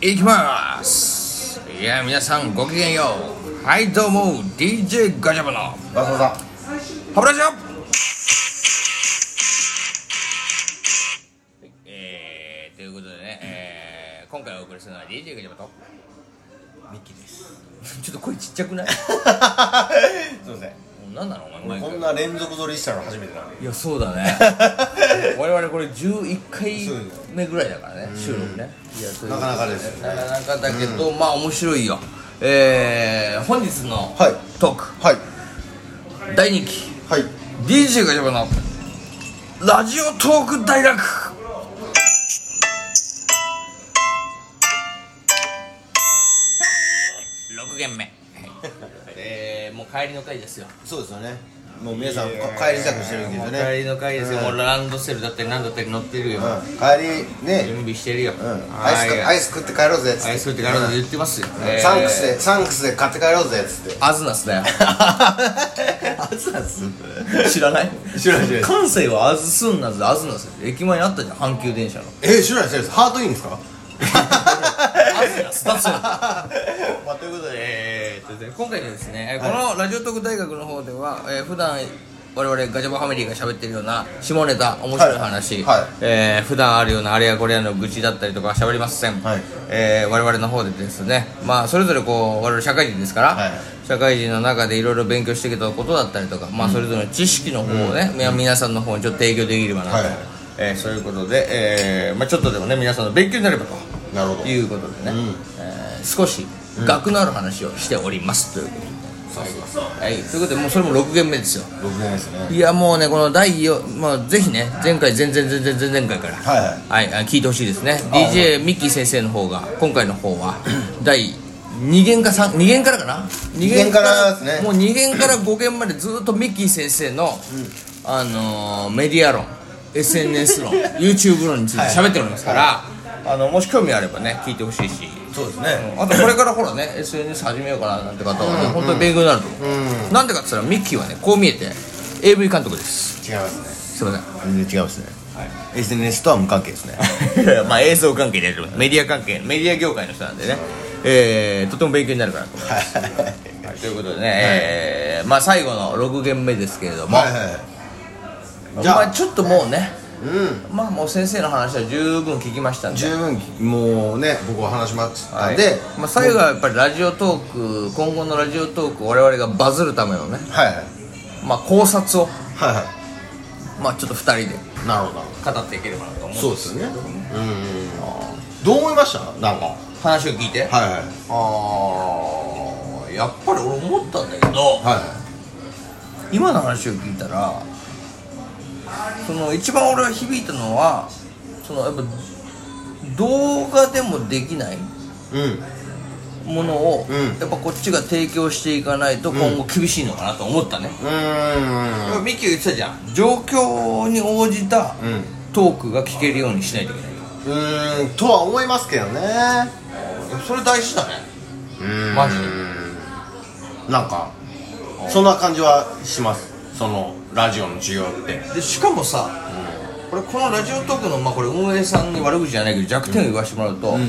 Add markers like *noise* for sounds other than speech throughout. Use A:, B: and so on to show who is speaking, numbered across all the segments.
A: いきますいや皆さんごきげんようはいどうも DJ ガジャバの
B: バサ *laughs* さ
A: ハブラジオえー、ということでね、えー、今回お送りするのは DJ ガジャバと
B: んミッキーです
A: *laughs* ちょっと声ちっちゃくない
B: すいません
A: 何なのお前マイク
B: こんな連続撮りしたの初めてなんで
A: いやそうだ *laughs* ね *laughs* 我々これ11回目ぐらいだからね収録ねいやということで
B: なかなかです
A: なかなかだけど、まあ面白いよえー、本日の
B: はい
A: トーク、
B: はい
A: 大人気
B: *laughs* はい
A: DJ が呼ぶのラジオトーク大学6軒目はいえー、もう帰りの回ですよ
B: そうですよねもう皆さんこ帰り支度してるんですよね
A: 帰りの回ですよ、
B: うん
A: もうランドセルだったりなんだったり乗ってるよ、
B: うん帰りね
A: 準備してるよ、
B: うん
A: は
B: アイス
A: い
B: かアイス食って帰ろうぜっつって
A: アイス食ってから
B: う
A: の
B: ん
A: 言ってますよ、えー
B: サンクスでサンクスで買って帰ろうぜっつって
A: アズナスだよ
B: アズナス
A: 知らない
B: 知らない知らない
A: 関西はアズスンナズアズナスって駅前にあったじゃん阪急電車の
B: え知らない知らないですハートいいんですか
A: アズナスだそう
B: *laughs* まあということで
A: えーとですね今回のですね、えーこのラジオトーク大学の方では、えー普段我々ガチャバファミリーが喋ってるような下ネタ面白い話、
B: はいはい
A: えー普段あるようなあれやこれやの愚痴だったりとか喋りません、
B: はい
A: えー我々の方でですねまあそれぞれこう我々社会人ですから、
B: はい
A: 社会人の中でいろいろ勉強してきたことだったりとか、まあそれぞれの知識の方をね、み皆さんの方にちょっと提供できればなと、
B: はい
A: えーそういうことで、えーまあ、ちょっとでもね皆さんの勉強になればと。
B: なるほど
A: ということでね、
B: うん
A: えー少し学のある話をしておりますということで、
B: そうそうそう
A: はい、ということでもうそれも6件目ですよ
B: 6年ですね
A: いやもうねこの第4、まあ、ぜひね前回前々前々前々回から
B: はいはい
A: はい、あ聞いてほしいですね
B: あ
A: DJ ミッキー先生の方が今回の方 *clears throat* は第2弦か3 2弦からかな2
B: 弦からですね
A: もう2弦から5弦までずっとミッキー先生の、あのーメディア論 SNS *laughs* 論 YouTube 論について喋っておりますから、あのもし興味あればね聞いてほしいし
B: そうですね
A: あとこれからほらね SNS 始めようかななんて方はね本当に勉強になると思う、なんでかって言ったらミッキーはねこう見えて AV 監督です
B: 違いますね
A: すいません
B: 全然違いますね SNS とは無関係ですね
A: *laughs* まあ映像関係でやってますメディア関係メディア業界の人なんでね、えーとても勉強になるかなと思いますはいということでね、えーまあ最後の6限目ですけれども、
B: はいはいじゃ
A: まあ
B: あ
A: ちょっともうね
B: うん
A: まあもう先生の話は十分聞きましたんで
B: 十分もうね僕は話しました
A: は
B: ん
A: い
B: で、
A: まあ、最後はやっぱりラジオトーク今後のラジオトーク我々がバズるためのね、
B: はいはい
A: まあ、考察を、
B: はいは
A: まあ、ちょっと2人で
B: いなるほどなるほ
A: 語っていければなと思う
B: どそうですよねうんどう思いましたなんかは
A: 話を聞いて
B: いはい
A: ああやっぱり俺思ったんだけど、
B: は
A: 今の話を聞いたらその一番俺は響いたのはそのやっぱ動画でもできない
B: いうん
A: ものを、
B: うん
A: やっぱこっちが提供していかないと今後厳しいのかなと思ったね、
B: うーん
A: ミッキーが言ってたじゃん状況に応じた
B: うん
A: トークが聞けるようにしないといけないう
B: ーんとは思いますけどね
A: それ大事だね
B: うーん
A: マジ
B: なんかそんな感じはしますそのラジオの授業って
A: でしかもさ、これこのラジオトークの、まあ、これ運営さんに悪口じゃないけど弱点を言わせてもらうと、
B: ん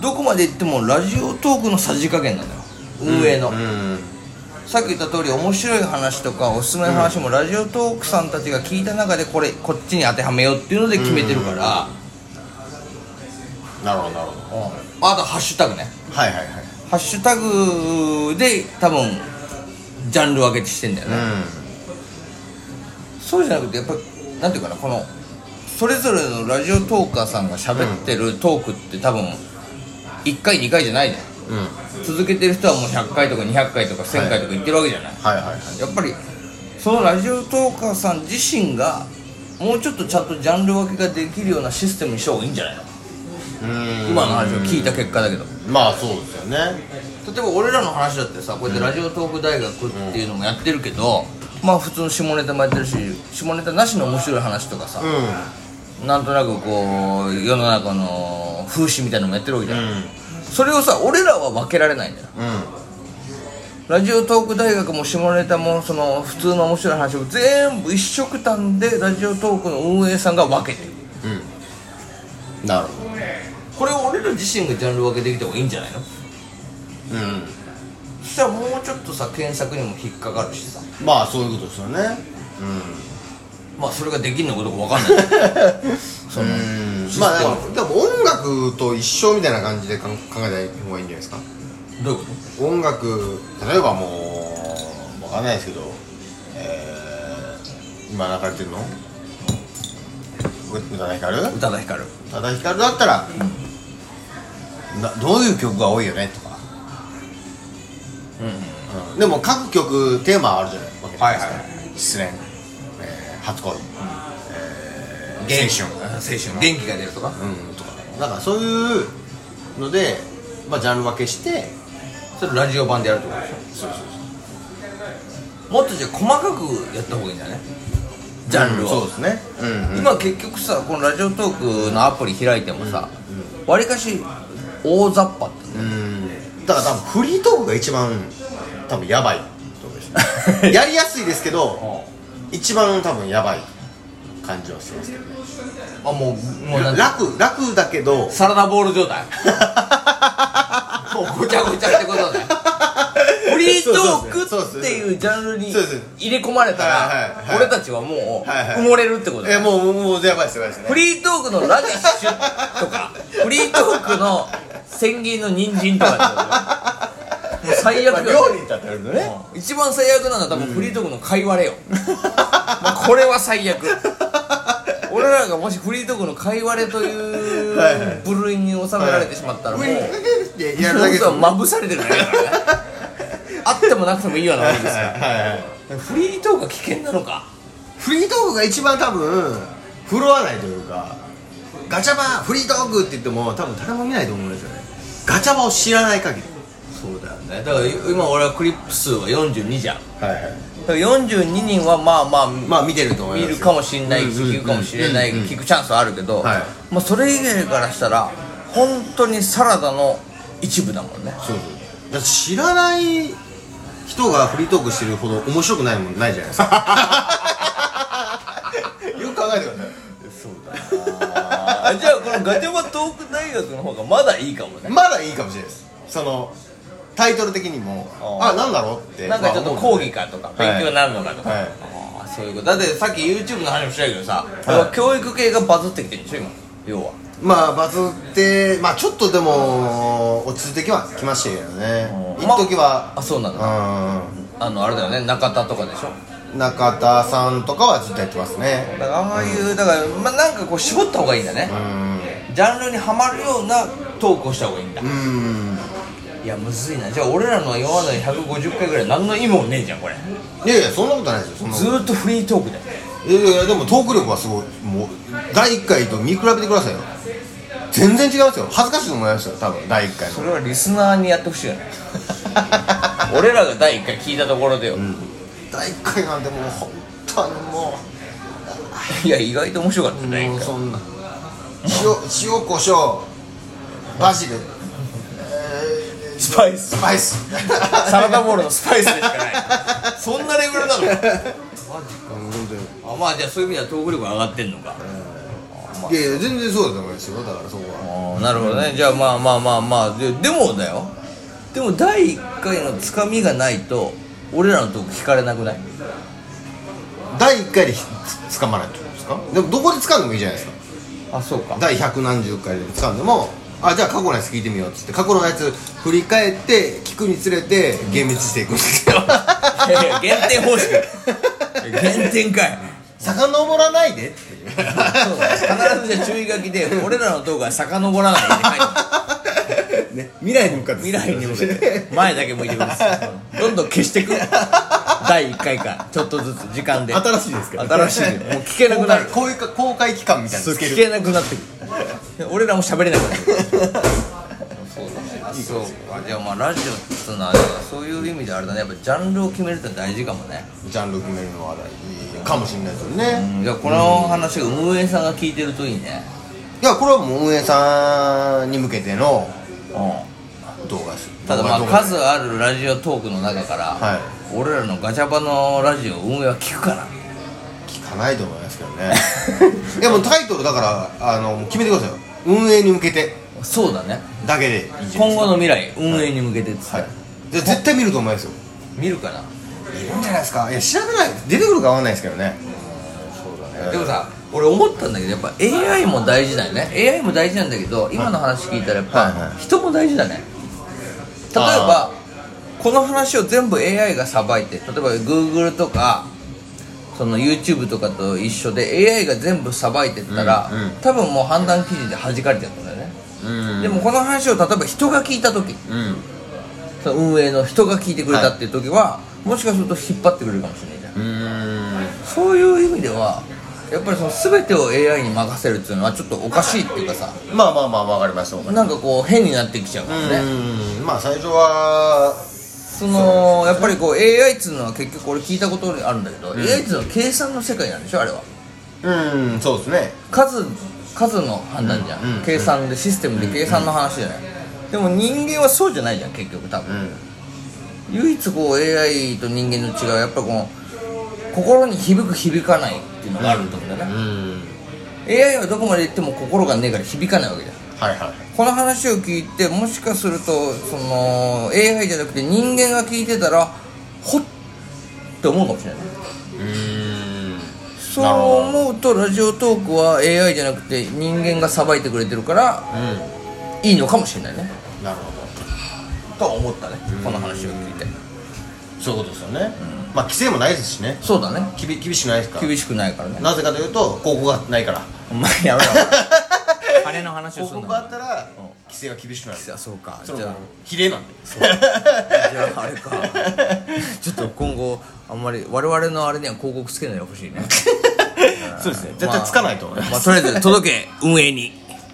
A: どこまで行ってもラジオトークのさじ加減なのよ運営の、
B: うん
A: さっき言った通り面白い話とかおすすめの話もラジオトークさんたちが聞いた中でこれこっちに当てはめようっていうので決めてるから、
B: なるほどなるほど
A: うんあとハッシュタグね
B: はいはいはい
A: ハッシュタグで多分ジャンル分けしてんだよね、そうじゃなくてやっぱりなんていうかなこのそれぞれのラジオトーカーさんが喋ってるトークって多分1回2回じゃないじゃ
B: うんうん
A: ん続けてる人はもう100回とか200回とか1000回とか言ってるわけじゃない、
B: はいはいはい
A: やっぱりそのラジオトーカーさん自身がもうちょっとちゃんとジャンル分けができるようなシステムにした方がいいんじゃないの今
B: 今
A: の話を聞いた結果だけど
B: まあそうですよね
A: 例えば俺らの話だってさこうやってラジオトーク大学っていうのもやってるけど、まあ普通の下ネタもやってるし下ネタなしの面白い話とかさ、
B: う
A: なんとなくこう世の中の風刺みたいなのもやってるわけじゃ
B: ん
A: ん、それをさ俺らは分けられないんだよ
B: うん
A: ラジオトーク大学も下ネタもその普通の面白い話を全部一色単でラジオトークの運営さんが分けてる
B: うんなるほど
A: これを俺ら自身がジャンル分けできた方がいいんじゃないの
B: うん
A: そしたらもうちょっとさ検索にも引っかかるしさ
B: まあそういうことですよね
A: まあそれができんのかどうか分かんない
B: *laughs* うん
A: システム
B: まあでもでも音楽と一緒みたいな感じでかん考えた方がいいんじゃないですか
A: どういうこ
B: 音楽例えばもうわかんないですけど、えー、今流れてるの宇宇多田ヒカル
A: と宇多田ヒカル
B: 宇多田ヒカルだったら、などういう曲が多いよねとか、うんでも各曲テーマあるじゃないわけじゃないです
A: は
B: か、
A: いは
B: 失恋、えー初恋、えー青春
A: あ青春元気が出るとか
B: うんとかなんかそういうので、まあ、ジャンル分けして
A: それラジオ版でやるってことでし
B: そうそうそう
A: ょもっとじゃあ細かくやった方がいいんじゃないジャンルを、
B: そうですね、うん
A: 今結局さこのラジオトークのアプリ開いてもさわり、かし大雑把って
B: うんだから多分フリートークが一番多分
A: *laughs*
B: やばいと思いますやりやすいですけど一番多分やばい感じはしますけどね
A: あもうもうなんて
B: 楽楽だけど
A: サラダボール状
B: *laughs*
A: 態もうごちゃごちゃってことねフリートークっていうジャンルに
B: そうです
A: 入れ込まれた
B: はいはいは
A: ら
B: い
A: 俺たちはもう
B: はいはい
A: 埋もれるってこと
B: え
A: だ
B: もうもうやばいですやばいです
A: フ
B: ね
A: リートークのラディッシュとかフリートークの千切りの人参とかってことだよもう最悪
B: まあ
A: よ
B: 料理に例えるとね
A: 一番最悪なのは多分フリートークの会話れよ、まあこれは最悪俺らがもしフリートークの会話れとい
B: はいは
A: う部類に収められてしまったらもう、
B: でやるだけです
A: は
B: もんね
A: まぶされてる *laughs* だけだからねあってもなくてもいいようなもんですか
B: はいはい
A: らフリートークは危険なのか
B: フリートークが一番多分振るわないというかガチャバフリートークって言っても多分誰も見ないと思うんですよねガチャバを知らない限り
A: そうだよねだから今俺はクリップ数は42じゃんだ
B: はいはい
A: から42人はまあまあ
B: まあ見てると思い
A: 見
B: ます
A: るかもしれない聞くかもしれない聞くチャンスはあるけど、
B: はい
A: まあ、それ以外からしたら本当にサラダの一部だもん *laughs* ね
B: そうそうだって知らない人がフリートークしてるほど面白くないもんないじゃないですかよく考えてください
A: あじゃあこのガチャバトーク大学の方がまだいいかもね
B: まだいいかもしれないですそのタイトル的にも
A: あー
B: あなんだろうっ
A: *laughs*
B: て
A: なんかちょっと
B: まあ思
A: 講
B: うんで
A: 義かとか勉強になるのかとか、
B: はい
A: あーそういうことだってさっき YouTube の話もしたけどさ、要は教育系がバズってきてるんでしょ今要は
B: まあバズってまあちょっとでも落ち着いてきはきましたけどね一
A: ま
B: 時は
A: あそうなんだ
B: う
A: あのあれだよね中田とかでしょ
B: ん中田さんとかはずっとやってますね
A: だからああいうだから、まあ、なんかこう絞った方がいいんだね
B: うん
A: ジャンルにはまるようなトークをした方がいいんだ
B: うん
A: いやむずいなじゃあ俺らの今まで150回ぐらい何の意味もねえじゃんこれ
B: いやいやそんなことないですよそんなこと
A: ずーっとフリートークだよ
B: いやいやでもトーク力はすごいもう第1回と見比べてくださいよ全然違いますよ恥ずかしいと思いましたよ多分第1回
A: *laughs* そ
B: の
A: れはリスナーにやってほしいよね俺らが第1回聞いたところでよ、
B: 第1回なんてもう本当にも
A: いや意外と面白かった
B: う
A: ね一
B: もう
A: 回
B: そんな塩塩コショウバジル、えー
A: スパイス
B: スパイス
A: サラダボールのスパイスでしかないそんなレベルなの *laughs* あまあじゃあそういう意味ではトーク力が上がってんのか
B: いやいや全然そうだと思いますよだからそこは
A: あなるほどねじゃあまあまあまあまあででもだよでも第1回のつかみがないと俺らのトーク聞かれなくない
B: 第1回でひつかまないってことですかでもどこで掴んでもいいじゃないですか
A: あそうか
B: 第百何十回で掴んでもあじゃあ過去のやつ聞いてみようっつって過去のやつ振り返って聞くにつれて厳密していくんですよ
A: *laughs* いやいや減点方式減点かい
B: 遡らないでっていう
A: そうだ必ずじゃあ注意書きで俺らのトークは遡らないで書いて
B: ね未来に向かって
A: 未来に向けて前だけ向いてくださいどんどん消してく第1回からちょっとずつ時間で
B: 新しいですから
A: 新しいよもう聞けなくなる
B: 公開公開公開期間みたいな
A: そう
B: のつけ
A: 聞
B: る
A: けなくなってくる俺らも喋れなくなるそうだねそうかじゃあまあラジオっつうのはだからそういう意味であれだねやっぱジャンルを決めるって大事かもね
B: ジャンル決めるのは大事かもしれないですよね
A: じゃあこの話が運営さんが聞いてるといいね
B: いやこれはもう運営さんに向けての
A: うん
B: 動画です
A: ただまあ
B: 動画動
A: 数あるラジオトークの中から、
B: はい *laughs*
A: 俺らのガチャバのラジオ運営は聞くかな
B: 画聞かないと思いますけどねいやもうタイトルだからあのもう決めてくださいよ運営に向けて
A: そうだね
B: だけでいいじゃないですか
A: 今後の未来運営に向けてっつった
B: は
A: ら
B: いじゃあ絶対見ると思いますよ
A: 見るかな、
B: いるんじゃないですかいや調べない出てくるかわかんないですけどね
A: でもさ俺思ったんだけどやっぱ AI も大事だよね AI も大事なんだけど今の話聞いたらやっ
B: はいは
A: ぱ人も大事だね例えばこの話を全部 AI がさばいて例えば Google とかその YouTube とかと一緒で AI が全部さばいてったら、
B: うんうん
A: 多分もう判断基準で弾かれちゃったんだよね、
B: うん
A: でもこの話を例えば人が聞いた時
B: うん
A: その運営の人が聞いてくれたっていう時は、もしかすると引っ張ってくれるかもしれないじゃん
B: うん
A: そういう意味ではやっぱりその全てを AI に任せるっていうのはちょっとおかしいっていうかさ
B: まあまあまあわかりますわかりま
A: なんかこう変になってきちゃうから
B: す
A: ね
B: うんまあ最初は
A: そのやっぱりこう AI っつうのは結局これ聞いたことあるんだけど、AI っつうのは計算の世界なんでしょあれは
B: うんそうですね
A: 数数の判断じゃん、
B: うんうん
A: 計算でシステムで計算の話じゃない、でも人間はそうじゃないじゃん結局多分、
B: うん
A: 唯一こう AI と人間の違いはやっぱりこの心に響く響かないっていうのがあると思うんだよね、
B: うん
A: AI はどこまで行っても心がねえから響かないわけじゃん
B: はいはい
A: この話を聞いてもしかするとその AI じゃなくて人間が聞いてたらほっって思うかもしれないう
B: ーん
A: そう
B: なるほど
A: 思うとラジオトークは AI じゃなくて人間がさばいてくれてるから
B: う
A: いいのかもしれないね
B: んなるほど
A: とは思ったねこの話を聞いて
B: そういうことですよねまあ規制もないですしね
A: そうだね
B: きび厳しくないですから
A: 厳しくないからね
B: なぜかというと広告がないから
A: お前やめろ *laughs* 金の話を
B: 広
A: する
B: 告
A: ん
B: があ
A: だ
B: ったら規制が厳しくなる
A: そうかじ
B: それ
A: ゃ
B: も
A: あ
B: 比例なんで
A: じゃああれか *laughs* ちょっと今後あんまり我々のあれには *laughs* 広告つけないでほしいね
B: そうですね絶対つかないと思います
A: まあとりあえず届け運営に